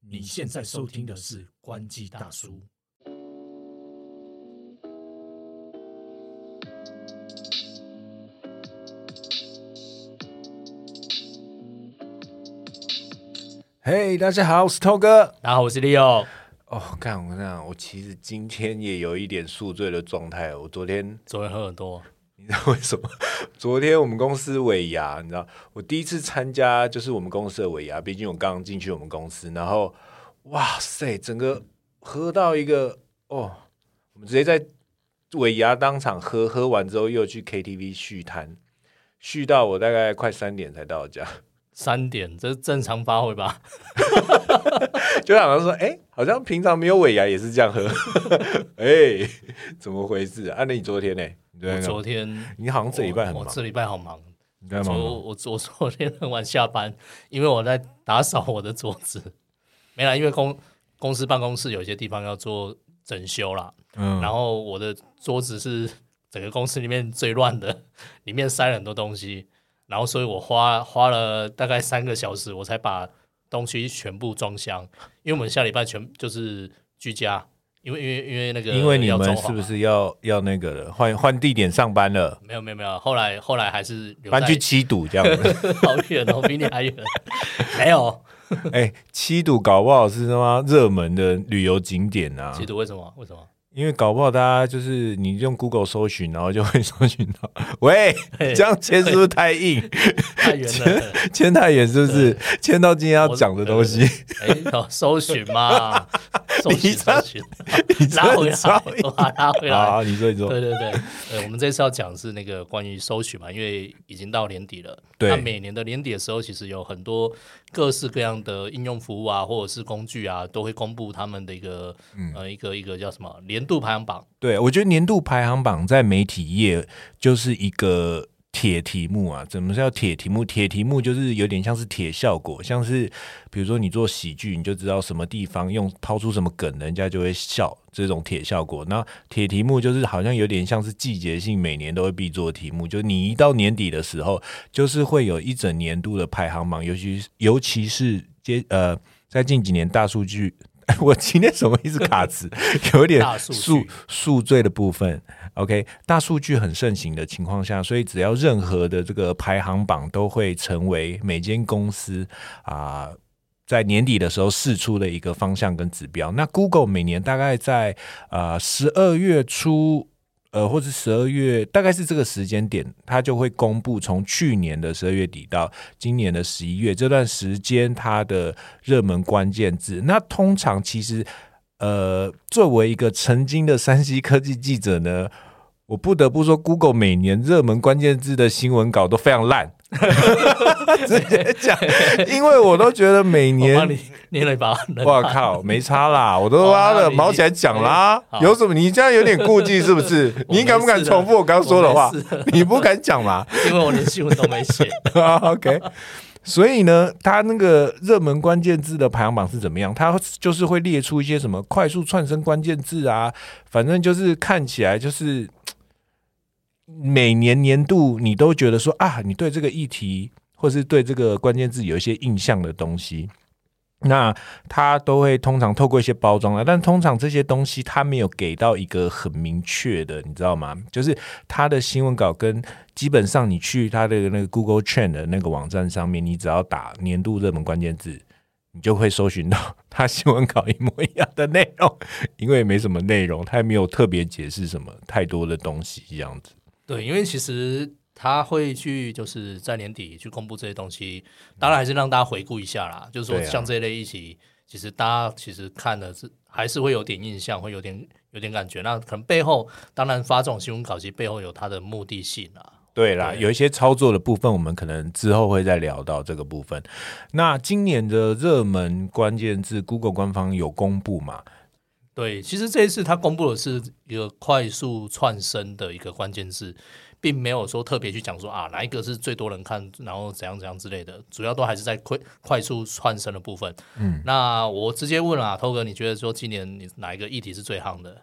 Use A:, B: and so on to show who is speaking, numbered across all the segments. A: 你现在收听的是《关机大叔》。
B: 嘿大家好，我是涛哥。
C: 大家好，我是 Leo。
B: 哦，干，我跟你讲，我其实今天也有一点宿醉的状态。我昨天，
C: 昨天喝很多，
B: 你知道为什么？ 昨天我们公司尾牙，你知道，我第一次参加就是我们公司的尾牙，毕竟我刚进去我们公司，然后，哇塞，整个喝到一个哦，我们直接在尾牙当场喝，喝完之后又去 KTV 续摊，续到我大概快三点才到家。
C: 三点，这是正常发挥吧？
B: 就好像说，哎、好像平常没有尾牙也是这样喝， 哎、怎么回事啊？啊那你昨天呢？你昨
C: 我
B: 天干嘛
C: 昨天，
B: 你好像这礼拜很
C: 我
B: 忙
C: 我，这礼拜好忙。
B: 你在
C: 我
B: 忙吗？
C: 我我我昨天很晚下班，因为我在打扫我的桌子。没啦，因为公公司办公室有些地方要做整修啦，
B: 嗯，
C: 然后我的桌子是 整个公司里面最乱的，里面塞了很多东西，然后所以我花花了大概三个小时，我才把东西全部装箱，因为我们下礼拜全就是居家，因为因为因为那个
B: 因为你
C: 要
B: 们
C: 装潢
B: 是不
C: 嘛
B: 是要要那个了，换换地点上班了，
C: 没有没有没有，后来后来还是留
B: 搬
C: 在
B: 去七堵这样子？
C: 好远哦，比你还远，没有，
B: 哎、七堵搞不好是他妈热门的旅游景点啊
C: 其，实为什么为什么？
B: 因为搞不好大家就是你用 Google 搜寻，然后就会搜寻 到。喂，
C: 嘿
B: 这样签是不是 太硬？
C: 太远了。
B: 签太远是不是？签到今天要
C: 我
B: 讲的东西。
C: 哎、哦搜寻 嘛，搜寻
B: 这
C: 搜寻，
B: 这
C: 拉回来
B: 超硬，
C: 我把它拉回来
B: 啊，。你说你说，
C: 对对对， 呃，我们这次要讲的是那个关于收取嘛，因为已经到年底了。
B: 对
C: 那每年的年底的时候，其实有很多各式各样的应用服务啊，或者是工具啊，都会公布他们的一个、
B: 嗯
C: 呃一个一个叫什么年度排行榜。
B: 对，我觉得年度排行榜在媒体业就是一个铁题目啊。怎么叫铁题目？铁题目就是有点像是铁效果，像是比如说你做喜剧，你就知道什么地方用抛出什么梗，人家就会笑，这种铁效果。那铁题目就是好像有点像是季节性，每年都会必做的题目。就你一到年底的时候，就是会有一整年度的排行榜，尤其尤其是接呃，在近几年大数据。 我今天什么意思卡 词，有一点
C: 大数据
B: 宿宿醉的部分，OK，大数据很盛行的情况下，所以只要任何的这个排行榜都会成为每间公司啊、在年底的时候试出的一个方向跟指标。那 Google 每年大概在呃十二月初。呃，或是十二月，大概是这个时间点，它就会公布从去年的十二月底到今年的十一月这段时间它的热门关键字。那通常其实呃，作为一个曾经的山西科技记者呢，我不得不说，Google 每年热门关键字的新闻稿都非常烂。 直接讲，因为我都觉得每
C: 我帮
B: 年，
C: 你捏了一把冷
B: 哇
C: 汗。
B: 靠，没差啦，我都妈
C: 哇
B: 的
C: 哦你
B: 毛起来讲啦
C: 哎，好
B: 有什么？你这样有点顾忌是不是？
C: 我
B: 你敢不敢
C: 没事的
B: 重复我刚说的话
C: 我没事？
B: 你不敢讲啦。
C: 因为我连新闻都没写，
B: OK，所以呢，它那个热门关键字的排行榜是怎么样？它就是会列出一些什么快速窜升关键字啊，反正就是看起来就是嘖每年年度你都觉得说啊，你对这个议题或是对这个关键字有一些印象的东西。那它都会通常透过一些包装啊，但通常这些东西它没有给到一个很明确的，你知道吗？就是它的新闻稿跟基本上你去它的那个 Google Trend 的那个网站上面，你只要打年度热门关键字，你就会搜寻到它新闻稿一模一样的内容，因为没什么内容，它也没有特别解释什么太多的东西这样子。
C: 对，因为其实他会去就是在年底去公布这些东西，当然还是让大家回顾一下啦。就是说
B: 对啊
C: 像这一类议题，其实大家其实看了是还是会有点印象，会有点有点感觉。那可能背后当然发这种新闻稿，其实背后有它的目的性啊。
B: 对啦，
C: 对
B: 有一些操作的部分，我们可能之后会再聊到这个部分。那今年的热门关键字，Google 官方有公布嘛？
C: 对，其实这一次他公布的是一个快速窜升的一个关键字，并没有说特别去讲说啊哪一个是最多人看，然后怎样怎样之类的，主要都还是在快快速窜升的部分。嗯，那我直接问了啊，涛哥，你觉得说今年你哪一个议题是最夯的？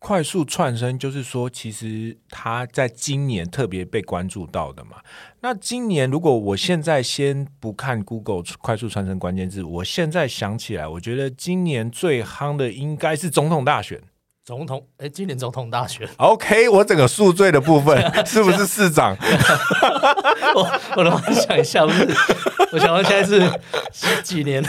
B: 快速窜升就是说，其实它在今年特别被关注到的嘛。那今年如果我现在先不看 Google 快速窜升关键字，我现在想起来，我觉得今年最夯的应该是总统大选。
C: 总统，哎，今年总统大选，
B: OK，我整个宿醉的部分 是不是市长？
C: 我我都幻想一下，不是，我想到现在是几年，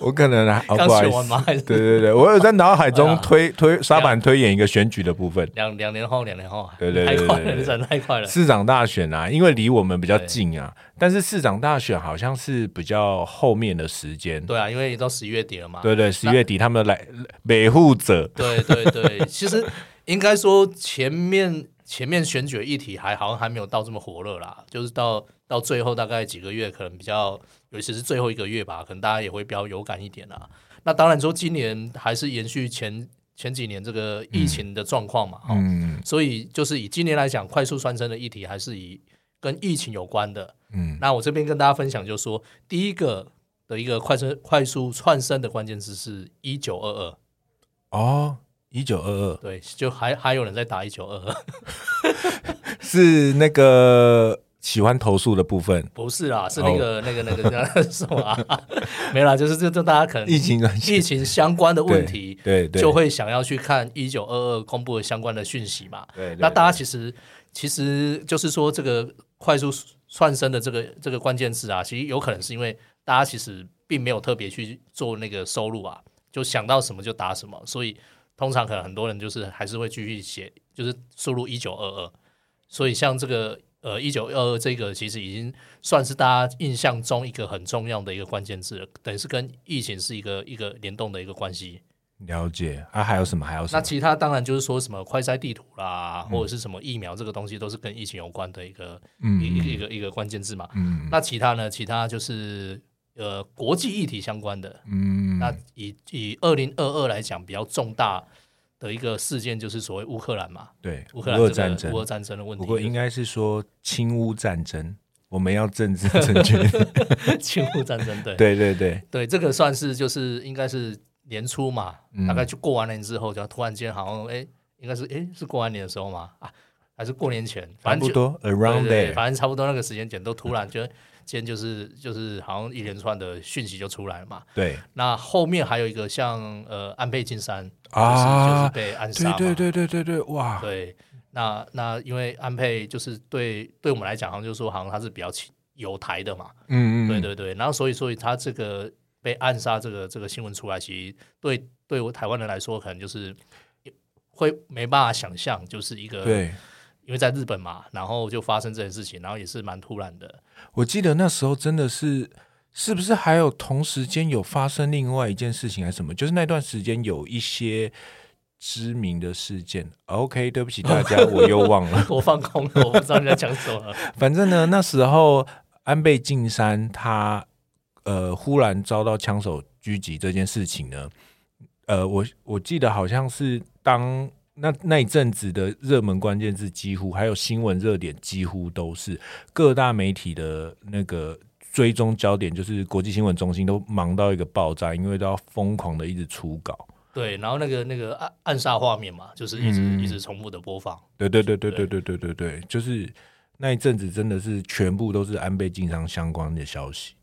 B: 我可能还哦，
C: 刚
B: 不好
C: 选
B: 意
C: 完
B: 思，
C: 吗？还是
B: 对对对，我有在脑海中
C: 啊
B: 推推沙板推演一个选举的部分。
C: 两两年后，两年后，啊
B: 对对对
C: 太快
B: 对对
C: 了，
B: 对
C: 你转太快了。
B: 市长大选啊，因为离我们比较
C: 对
B: 近啊，但是市长大选好像是比较后面的时间。
C: 对啊，啊因为到十一月底了嘛。
B: 对对，十月底他们来维护者，
C: 对对对，其实应该说前面前面选举的议题还好像还没有到这么火热啦，就是到到最后大概几个月，可能比较，尤其是最后一个月吧，可能大家也会比较有感一点啦。那当然说今年还是延续前前几年这个疫情的状况嘛，哦
B: 嗯
C: 所以就是以今年来讲，快速翻身的议题还是以跟疫情有关的。
B: 嗯，
C: 那我这边跟大家分享，就是说第一个的一个快速快速窜升的关键字是一九二二。
B: 哦，一九二二
C: 对，就还还有人在打一九二二，
B: 是那个喜欢投诉的部分，
C: 不是啦，是
B: 哦
C: 那个、那个那个那个什么、啊， 没啦，就是这这大家可能
B: 疫情的
C: 疫情相关的问题，
B: 对对，
C: 就会想要去看一九二二公布的相关的讯息嘛。
B: 对对
C: 那大家其实其实就是说，这个快速窜升的这个这个关键字啊，其实有可能是因为大家其实并没有特别去做那个收入啊，就想到什么就打什么，所以通常可能很多人就是还是会继续写，就是输入一九二二。所以像这个呃一九二二这个，其实已经算是大家印象中一个很重要的一个关键字了，等于是跟疫情是一个一个联动的一个关系。
B: 了解啊，还有什么？还有什
C: 那
B: 么？
C: 其他当然就是说什么快筛地图啦，
B: 嗯
C: 或者是什么疫苗这个东西，都是跟疫情有关的一个一一个一个一个关键字嘛。
B: 嗯
C: 那其他呢？其他就是呃国际议题相关的。
B: 嗯，
C: 那以以二零二二来讲，比较重大的一个事件就是所谓乌克兰嘛，
B: 对，
C: 乌克兰这个
B: 战争
C: 乌，俄战争的问题。
B: 不过应该是说亲乌战争，我们要政治正确。
C: 该 侵乌战争对
B: 对对对，
C: 对，这个算是就是应该是年初嘛，
B: 嗯
C: 大概就过完年之后，就突然间好像哎，应该是哎是过完年的时候嘛啊，还是过年前，
B: 差
C: 反正
B: 不
C: 就
B: 多 around
C: 对对
B: there。
C: 反正差不多那个时间点都突然就间就是就是好像一连串的讯息就出来了嘛。
B: 对
C: 那后面还有一个像呃安倍晋三
B: 啊
C: 就是，就是被暗杀
B: 对
C: 嘛，
B: 对对对对对，哇，
C: 对那那因为安倍就是对对我们来讲，好像就是说好像他是比较亲有台的嘛，
B: 嗯嗯，
C: 对对对。然后所以所以他这个被暗杀这个这个新闻出来，其实对对我台湾人来说，可能就是会没办法想象，就是一个
B: 嗯对，
C: 因为在日本嘛，然后就发生这件事情，然后也是蛮突然的。
B: 我记得那时候真的是，是不是还有同时间有发生另外一件事情还是什么？就是那段时间有一些知名的事件。OK，对不起大家，我又忘了。
C: 我放空了，我不知道你在讲什么 了。
B: 反正呢，那时候安倍晋三他呃忽然遭到枪手狙击这件事情呢，呃，我我记得好像是当那那一阵子的热门关键字几乎还有新闻热点几乎都是各大媒体的那个。追踪焦点就是国际新闻中心都忙到一个爆炸，因为都要疯狂的一直出稿。
C: 对，然后那个那个暗暗杀画面嘛，就是一直、
B: 嗯
C: 一直重复的播放。
B: 对对对对对对对对对，就是那一阵子真的是全部都是安倍晋三相关的消息。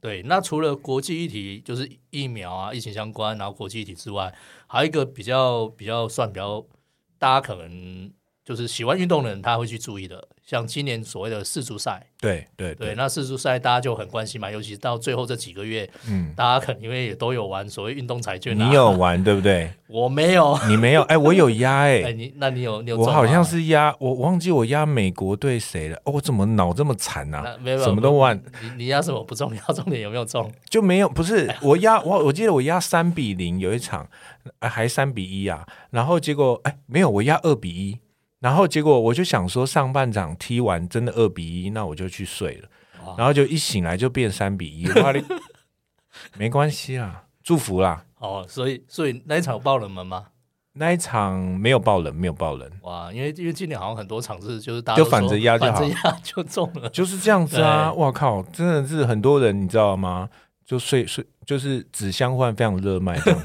C: 对，那除了国际议题，就是疫苗啊、疫情相关，然后国际议题之外，还有一个比较比较算比较大家可能就是喜欢运动的人，他会去注意的，像今年所谓的世足赛，
B: 对对
C: 对，那世足赛大家就很关心嘛，尤其是到最后这几个月，
B: 嗯，
C: 大家可能因为也都有玩所谓运动彩券、啊，
B: 你有？玩对不 对？
C: 我没有。
B: 你没有？哎、我有压哎、
C: 哎，你那你有你有中
B: 我
C: 吗？
B: 好像是压，我忘记我压美国对谁了。哦，我怎么脑这么惨呐、
C: 那
B: 啊？
C: 没有
B: 什么都玩
C: 你你压什么不重要， 重点有没有中？
B: 就没有，不
C: 哎
B: 是我压我我记得我压三比零有一场，啊还三比一啊，然后结果哎没有，我压二比一，然后结果我就想说上半场踢完真的二比一，那我就去睡了
C: 哇，
B: 然后就一醒来就变三比一，哇嘞没关系啦，祝福啦。
C: 哦，所以所以那一场爆冷门吗？
B: 那一场没有爆冷，没有爆冷，
C: 哇，因为因为今年好像很多场是就是大家
B: 就
C: 都
B: 反
C: 说
B: 着压就好
C: 反着压就中了。
B: 就是这样子啊！哇靠，真 的是很多人，你知道吗？就睡睡就是纸箱换非常热卖这样。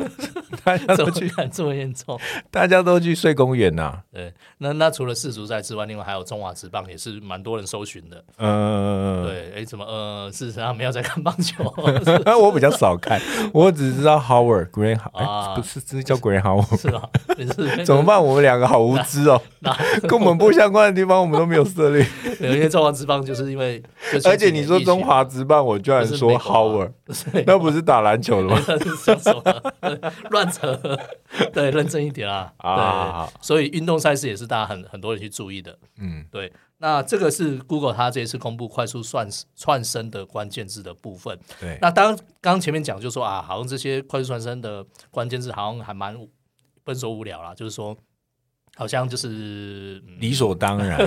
B: 大家
C: 怎
B: 都
C: 么
B: 去，
C: 敢这么严重？
B: 大家都去睡公园呐、啊
C: 对，那那除了世足赛之外，另外还有中华职棒也是蛮多人搜寻的。
B: 嗯，
C: 对，哎，怎么呃，事实上没有在看棒 球
B: 对，啊我比较少看， 我只知道 Howard Green，哎、
C: 啊
B: 不是，是叫 Green Howard。
C: 是吧？你是
B: 怎么？办？我们两个好无知 哦，
C: 那
B: 跟我们不相关的地方我们都没有涉猎。
C: 有些中华职棒就是因为，就前
B: 而且
C: 几
B: 你
C: 年
B: 说
C: 疫
B: 中
C: 情
B: 华职棒，我居然
C: 就是
B: 说
C: 美国啊
B: Howard，
C: 对
B: 那不是打篮球的 吗？
C: 那是讲什么？乱扯，对，认真一点啦。
B: 啊好好
C: 对，所以运动赛事也是大家很很多人去注意的。
B: 嗯，
C: 对，那这个是 Google 它这一次公布快速算串升的关键字的部分。
B: 对
C: 那当刚刚前面讲就说啊，好像这些快速串升的关键字好像还蛮无不能说无聊啦，就是说好像就是、嗯、
B: 理所当 然，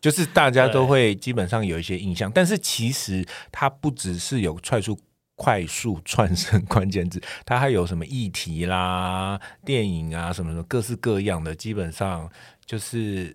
B: 就是大家都会基本上有一些印象，但是其实它不只是有快速。快速串升关键字， 它还有什么议题啦、电影啊，什么什么各式各样的，基本上就是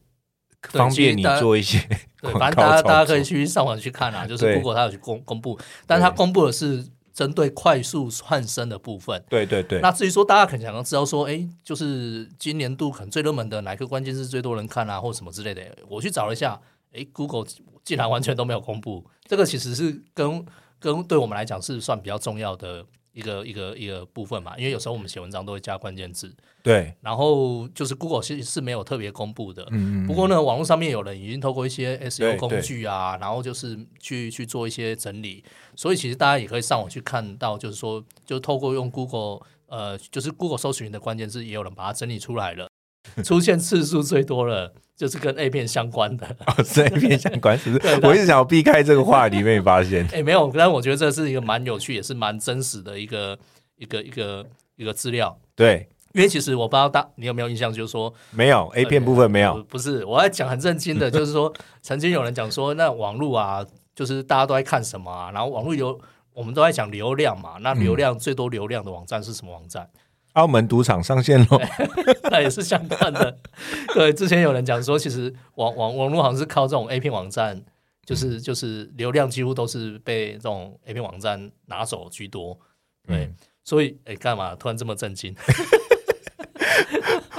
C: 对
B: 方
C: 其实
B: 便你
C: 大家
B: 做一些
C: 对，
B: 广
C: 反正大
B: 告
C: 家大家
B: 操
C: 可以
B: 作。
C: 去上网去看啊，就是
B: 对
C: Google 它有去公公布，但是它公布的是针对快速串升的部分。
B: 对对对，
C: 那至于说大家可能想要知道说，哎，就是今年度可能最热门的哪个关键字最多人看啊，或什么之类的，我去找了一下，哎，Google 竟然完全都没有公布， 这个其实是跟跟对我们来讲是算比较重要的一个一个一个部分嘛，因为有时候我们写文章都会加关键字，
B: 对，
C: 然后就是 Google 是是没有特别公布的。
B: 嗯
C: 不过呢，网络上面有人已经透过一些 SEO
B: 对
C: 工具啊，然后就是去去做一些整理，所以其实大家也可以上网去看到，就是说，就透过用 Google 呃，就是 Google 搜寻的关键字，也有人把它整理出来 了，出现次数最多了，就是跟 A 片相关的。
B: 哦，这一片相关是不
C: 对
B: 是？
C: 对
B: 我一直想要避开这个话题，没发现。
C: 哎，没有，但我觉得这是一个蛮有趣，也是蛮真实的一个一个一个一个资料。
B: 对，
C: 因为其实我不知道大你有没有印象，就是说
B: 没有 A 片部分没
C: 不
B: 有，
C: 不是，我要讲很正 经的，就是说，曾经有人讲说，那网络啊，就是大家都在看什么啊，然后网络流，我们都在讲流量嘛，那流量、最多流量的网站是什么网 站？
B: 澳门赌场上线喽。
C: 那也是相关 的。对，之前有人讲说，其实网网网络好像是靠这种 A 片网站，
B: 嗯
C: 就是就是流量几乎都是被这种 A 片网站拿走居多。对，
B: 嗯
C: 所以哎，干嘛突然这么震惊？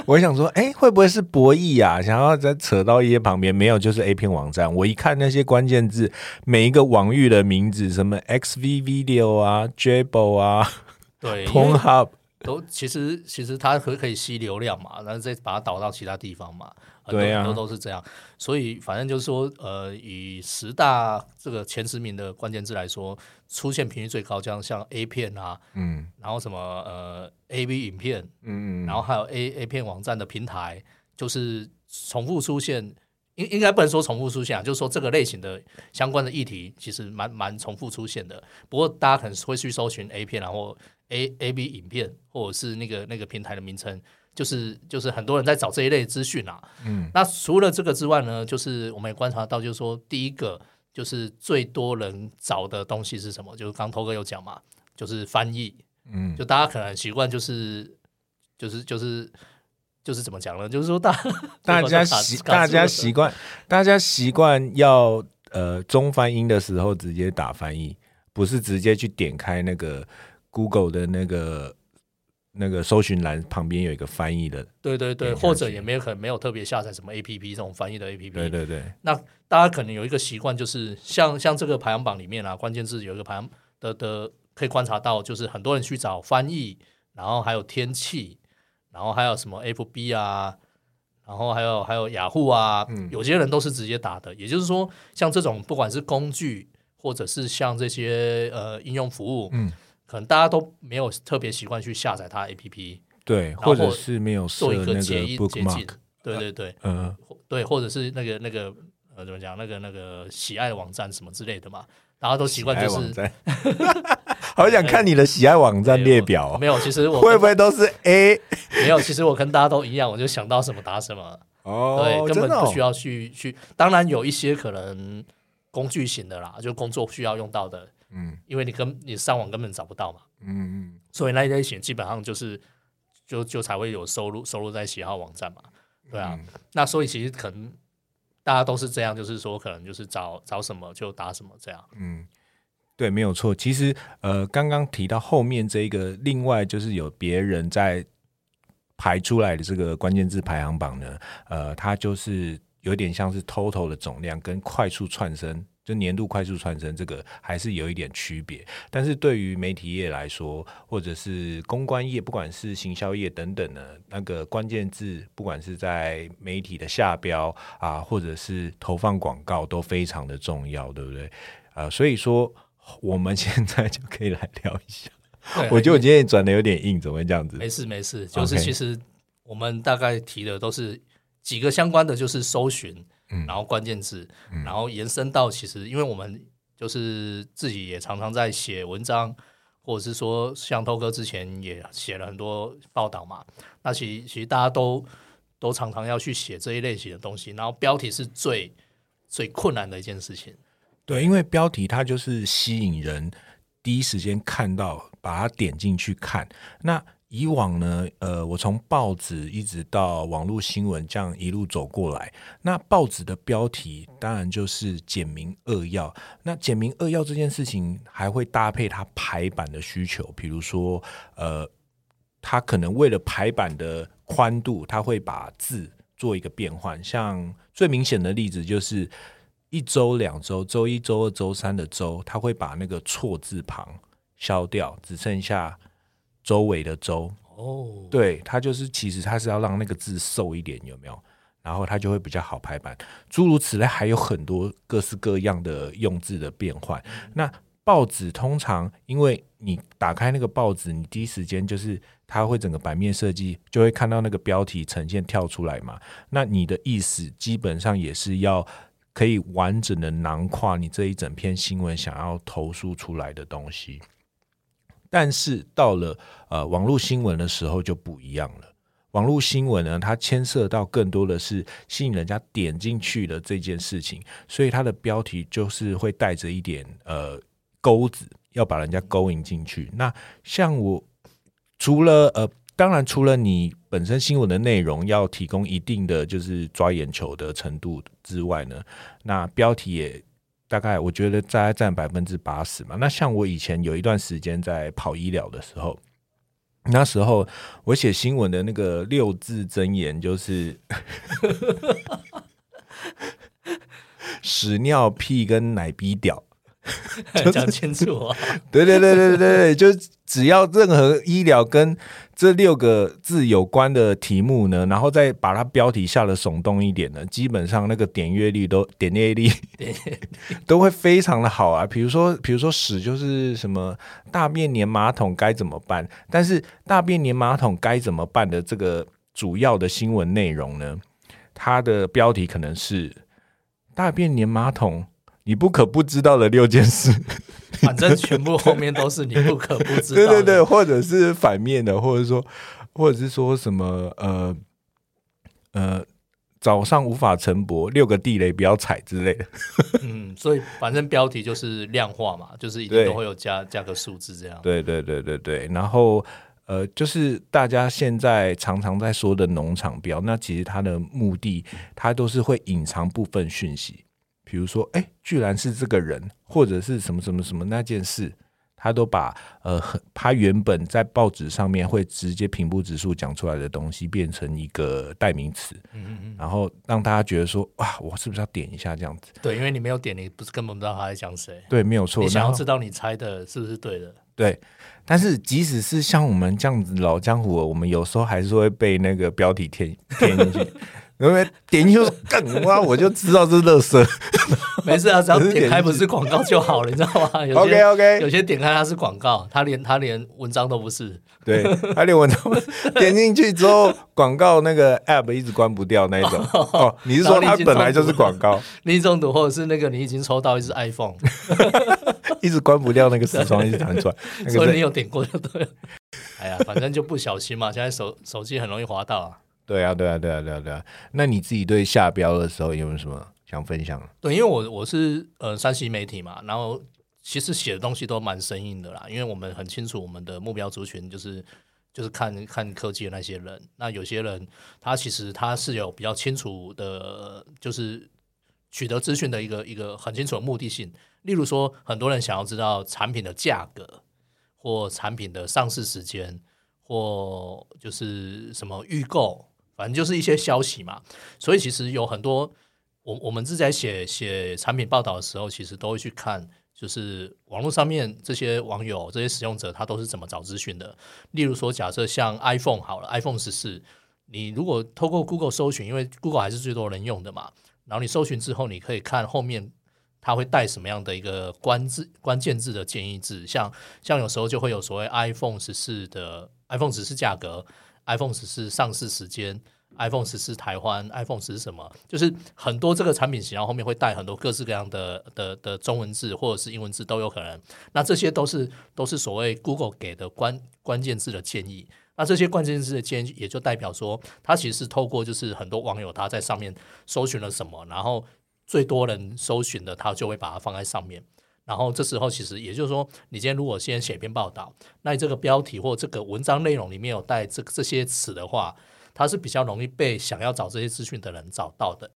B: 我想说，哎，会不会是博弈啊？想要再扯到一些旁边，没有，就是 A 片网站。我一看那些关键字，每一个网域的名字，什么 XV Video 啊、Jabo 啊、
C: 对，哎因为
B: Pornhub，
C: 都其实其实它可可以吸流量嘛，然后再把它导到其他地方嘛，很多
B: 对啊
C: 很多都是这样。所以反正就是说，呃，以十大这个前十名的关键字来说，出现频率最高，像像 A 片啊，
B: 嗯
C: 然后什么呃 A V 影片，
B: 嗯
C: 然后还有 A A 片网站的平台，就是重复出现。应应该不能说重复出现啊，就是说这个类型的相关的议题其实蛮蛮重复出现的。不过大家可能会去搜寻 A 片啊，然后 A A B 影片，或者是那个那个平台的名称，就是就是很多人在找这一类资讯啊。
B: 嗯，
C: 那除了这个之外呢，就是我们也观察到，就是说第一个就是最多人找的东西是什么？就是刚头哥有讲嘛，就是翻译。
B: 嗯
C: 就大家可能很习惯就是就是就是就是怎么讲呢？就是说大
B: 大家
C: 卡
B: 习
C: 卡住了
B: 大家习惯，大家习惯要呃中翻英的时候直接打翻译，不是直接去点开那个 Google 的那个那个搜寻栏旁边有一个翻译的，
C: 对对对，
B: 点下
C: 或者
B: 去
C: 也没有可能没有特别下载什么 A P P 这种翻译的 A P
B: 对
C: P。
B: 对对，
C: 那大家可能有一个习惯，就是像像这个排行榜里面啊，关键字有一个排行的的可以观察到，就是很多人去找翻译，然后还有天气，然后还有什么 F B 啊。然后还有还有雅虎啊，
B: 嗯
C: 有些人都是直接打的，也就是说，像这种不管是工具，或者是像这些呃应用服务，
B: 嗯，
C: 可能大家都没有特别习惯去下载它的 APP，
B: 对，
C: 后
B: 或者是没有设
C: 做一
B: 那个
C: 结一捷径
B: bookmark，。
C: 对对对，
B: 嗯
C: 或对，或者是那个那个呃怎么讲，那个那个喜爱网站什么之类的嘛，大家都习
B: 呃，
C: 惯
B: 爱
C: 就是
B: 网站，好想看你的喜爱网站列表哦，
C: 没有，其实我
B: 会不会都是 A？
C: 没有，其实我跟大家都一样，我就想到什么打什么，
B: 哦，
C: 对，
B: 真
C: 根
B: 的
C: 本
B: 哦
C: 不需要去去。当然有一些可能工具型的啦，就工作需要用到的，
B: 嗯
C: 因为你根你上网根本找不到嘛，
B: 嗯嗯，
C: 所以那一类型基本上就是就就才会有收入收入在喜好网站嘛，对啊，
B: 嗯
C: 那所以其实可能大家都是这样，就是说可能就是找找什么就打什么这样，
B: 嗯，对，没有错。其实呃，刚刚提到后面这一个，另外就是有别人在排出来的这个关键字排行榜呢，呃，它就是有点像是 total 的总量跟快速窜升，就年度快速窜升这个还是有一点区别。但是对于媒体业来说，或者是公关业，不管是行销业等等呢，那个关键字，不管是在媒体的下标啊，或者是投放广告，都非常的重要，对不对？呃，所以说我们现在就可以来聊一下。
C: 对
B: 我觉得我今天也转的有点硬，怎么会这样子？
C: 没事没事，就是
B: OK
C: 其实我们大概提的都是几个相关的，就是搜寻，
B: 嗯
C: 然后关键字，然后延伸到其实，因为我们就是自己也常常在写文章，或者是说像偷哥之前也写了很多报道嘛，那其其实大家都都常常要去写这一类型的东西，然后标题是最最困难的一件事情。
B: 对，因为标题它就是吸引人第一时间看到，把它点进去看。那以往呢，呃，我从报纸一直到网络新闻这样一路走过来，那报纸的标题当然就是简明扼要。那简明扼要这件事情，还会搭配它排版的需求，比如说，呃，它可能为了排版的宽度，它会把字做一个变换。像最明显的例子就是一周、两周、周一、周二、周三的周，它会把那个错字旁消掉，只剩下周围的周。
C: 哦，
B: 对，它就是其实它是要让那个字瘦一点，有没有？然后它就会比较好排版。诸如此类，还有很多各式各样的用字的变换。那报纸通常，因为你打开那个报纸，你第一时间就是它会整个版面设计，就会看到那个标题呈现跳出来嘛。那你的意思基本上也是要可以完整的囊括你这一整篇新闻想要投诉出来的东西。但是到了呃网络新闻的时候就不一样了。网络新闻呢，它牵涉到更多的是吸引人家点进去的这件事情，所以它的标题就是会带着一点呃钩子，要把人家勾引进去。那像我除了呃，当然除了你本身新闻的内容要提供一定的就是抓眼球的程度之外呢，那标题也大概我觉得大概占百分之八十嘛。那像我以前有一段时间在跑医疗的时候，那时候我写新闻的那个六字真言就是 屎尿屁跟奶逼屌。
C: 讲清楚啊，
B: 对对对对对对，就只要任何医疗跟这六个字有关的题目呢，然后再把它标题下的耸动一点呢，基本上那个点阅率都点阅率都会非常的好啊。比如说，比如说屎就是什么大便粘马桶该怎么办？但是大便粘马桶该怎么办的这个主要的新闻内容呢，它的标题可能是大便粘马桶。你不可不知道的六件事，
C: 反正全部后面都是你不可不知
B: 对
C: 道的。
B: 对对，或者是反面的，或者说，或者是说什么呃呃，早上无法晨勃，六个地雷不要踩之类的。
C: 嗯，所以反正标题就是量化嘛，就是一定
B: 对
C: 都会有加加个数字这样。
B: 对对对对对，然后呃，就是大家现在常常在说的农场标，那其实它的目的，它都是会隐藏部分讯息，比如说，哎，居然是这个人，或者是什么什么什么那件事。他都把呃，很他原本在报纸上面会直接平铺直述讲出来的东西，变成一个代名词，
C: 嗯嗯
B: 然后让大家觉得说，哇，我是不是要点一下这样子？
C: 嗯，对，因为你没有点，你不是根本不知道他在讲谁。
B: 对，没有错。
C: 你想
B: 然
C: 要
B: 后
C: 知道你猜的是不是对的？
B: 对，但是即使是像我们这样子老江湖，我们有时候还是会被那个标题骗骗进去，因为点进去就干哇，我就知道这是乐色。
C: 没事啊，只要
B: 可是点
C: 点开
B: 进
C: 不
B: 去
C: 是广告就好了，你知道吗？ 有些
B: OK
C: 有
B: OK，
C: 些点开它是广告，它连它连文章都不是。
B: 对，他连文 章点进去之后，广告那个 app 一直关不掉那一种。哦，你是说
C: 然后你
B: 它
C: 已经
B: 本来就是
C: 中毒了
B: 广告，
C: 另一种毒，或者是那个你已经抽到一只 iPhone，
B: 一直关不掉那个视窗，一直弹出来， 那
C: 所以
B: 个
C: 你
B: 是
C: 有点过就对了。哎呀，反正就不小心嘛，现在手手机很容易滑到啊。
B: 对啊对啊对啊对啊对啊。那你自己对下标的时候有没有什么想分享？
C: 对，因为我我是呃山西媒体嘛，然后其实写的东西都蛮生硬的啦，因为我们很清楚我们的目标族群就是就是看看科技的那些人，那有些人他其实他是有比较清楚的，就是取得资讯的一个一个很清楚的目的性，例如说很多人想要知道产品的价格或产品的上市时间。或就是什么预购，反正就是一些消息嘛。所以其实有很多，我我们自己在写写产品报道的时候，其实都会去看，就是网络上面这些网友、这些使用者他都是怎么找资讯的。例如说，假设像 iPhone 好了，iPhone 十四，你如果透过 Google 搜寻，因为 Google 还是最多人用的嘛，然后你搜寻之后，你可以看后面它会带什么样的一个关字关键字的建议字，像像有时候就会有所谓 iPhone 十四的 iPhone 十四价格、iPhone 十四上市时间、iPhone 十四台湾、iPhone 十什么，就是很多这个产品型，然后后面会带很多各式各样的的的中文字或者是英文字都有可能。那这些都是都是所谓 Google 给的关关键字的建议。那这些关键字的建议，也就代表说，它其实是透过就是很多网友他在上面搜寻了什么，然后最多人搜寻的，他就会把它放在上面。然后这时候其实也就是说，你今天如果先写一篇报道，那你这个标题或这个文章内容里面有带这这些词的话，它是比较容易被想要找这些资讯的人找到的。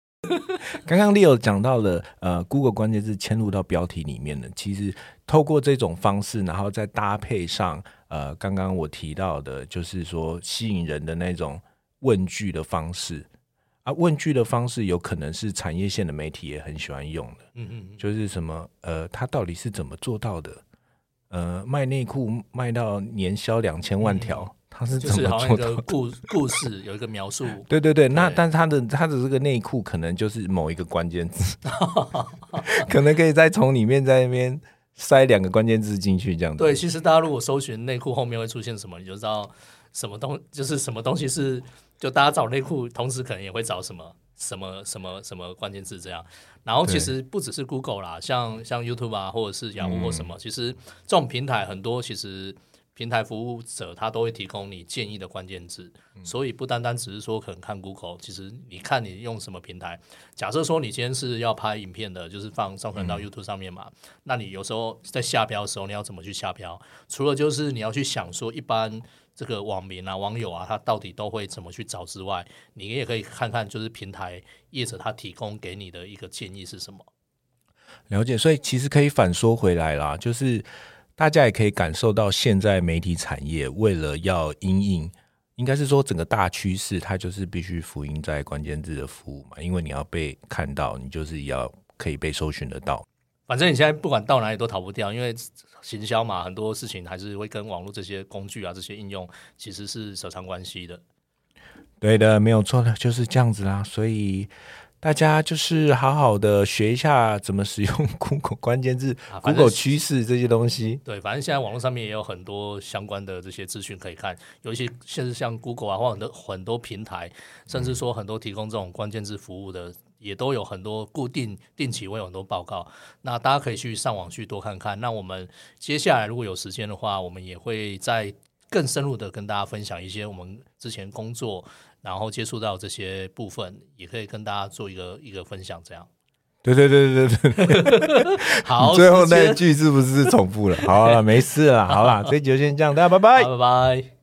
B: 刚刚 Leo 讲到了，呃，Google 关键字嵌入到标题里面的，其实透过这种方式，然后再搭配上，呃，刚刚我提到的，就是说吸引人的那种问句的方式啊，问句的方式有可能是产业线的媒体也很喜欢用的，
C: 嗯嗯嗯，
B: 就是什么，呃，他到底是怎么做到的？呃，卖内裤卖到年销两千万条，他是
C: 就
B: 怎
C: 是
B: 么
C: 好像
B: 做
C: 一
B: 到
C: 个
B: 的？
C: 故故事有一个描述，
B: 对对对，那
C: 对
B: 但是他的他的这个内裤可能就是某一个关键字， 可能可以再从里面在那边塞两个关键字进去这样子。
C: 对，其实大家如果搜寻内裤后面会出现什么，你就知道什么东就是什么东西是就大家找内裤，同时可能也会找什么什么什么什么关键字这样。然后其
B: 对
C: 实不只是 Google 啦，像像 YouTube 啊，或者是雅虎或什么，
B: 嗯
C: 其实这种平台很多，其实平台服务者他都会提供你建议的关键字，
B: 嗯
C: 所以不单单只是说可能看 Google，其实你看你用什么平台。假设说你今天是要拍影片的，就是放上传到
B: 嗯
C: YouTube 上面嘛，那你有时候在下标的时候，你要怎么去下标？除了就是你要去想说，一般这个网民啊、网友啊，他到底都会怎么去找之外，你也可以看看就是平台业者他提供给你的一个建议是什么。
B: 了解，所以其实可以反说回来啦，就是大家也可以感受到现在媒体产业为了要因应，应该是说整个大趋势，它就是必须福音在关键字的服务嘛，因为你要被看到，你就是要可以被搜寻得到。
C: 反正你现在不管到哪里都逃不掉，因为行销嘛，很多事情还是会跟网络这些工具啊、这些应用其实是扯上关系的。
B: 对的，没有错的，就是这样子啦。所以大家就是好好的学一下怎么使用 Google 关键字、
C: 啊反正
B: Google 趋势这些东西。
C: 对，反正现在网络上面也有很多相关的这些资讯可以看，尤其甚至像 Google 啊，或很多很多平台，甚
B: 嗯
C: 至说很多提供这种关键字服务的，也都有很多固定定期会有很多报告。那大家可以去上网去多看看。那我们接下来如果有时间的话，我们也会在更深入的跟大家分享一些我们之前工作，然后接触到这些部分，也可以跟大家做一个一个分享。这样
B: 对对对对对，
C: 好，
B: 最后
C: 时
B: 那一
C: 间
B: 句是不是重复了？好了，没事了，好了，这一集就先这样，大家拜拜。
C: 好拜拜。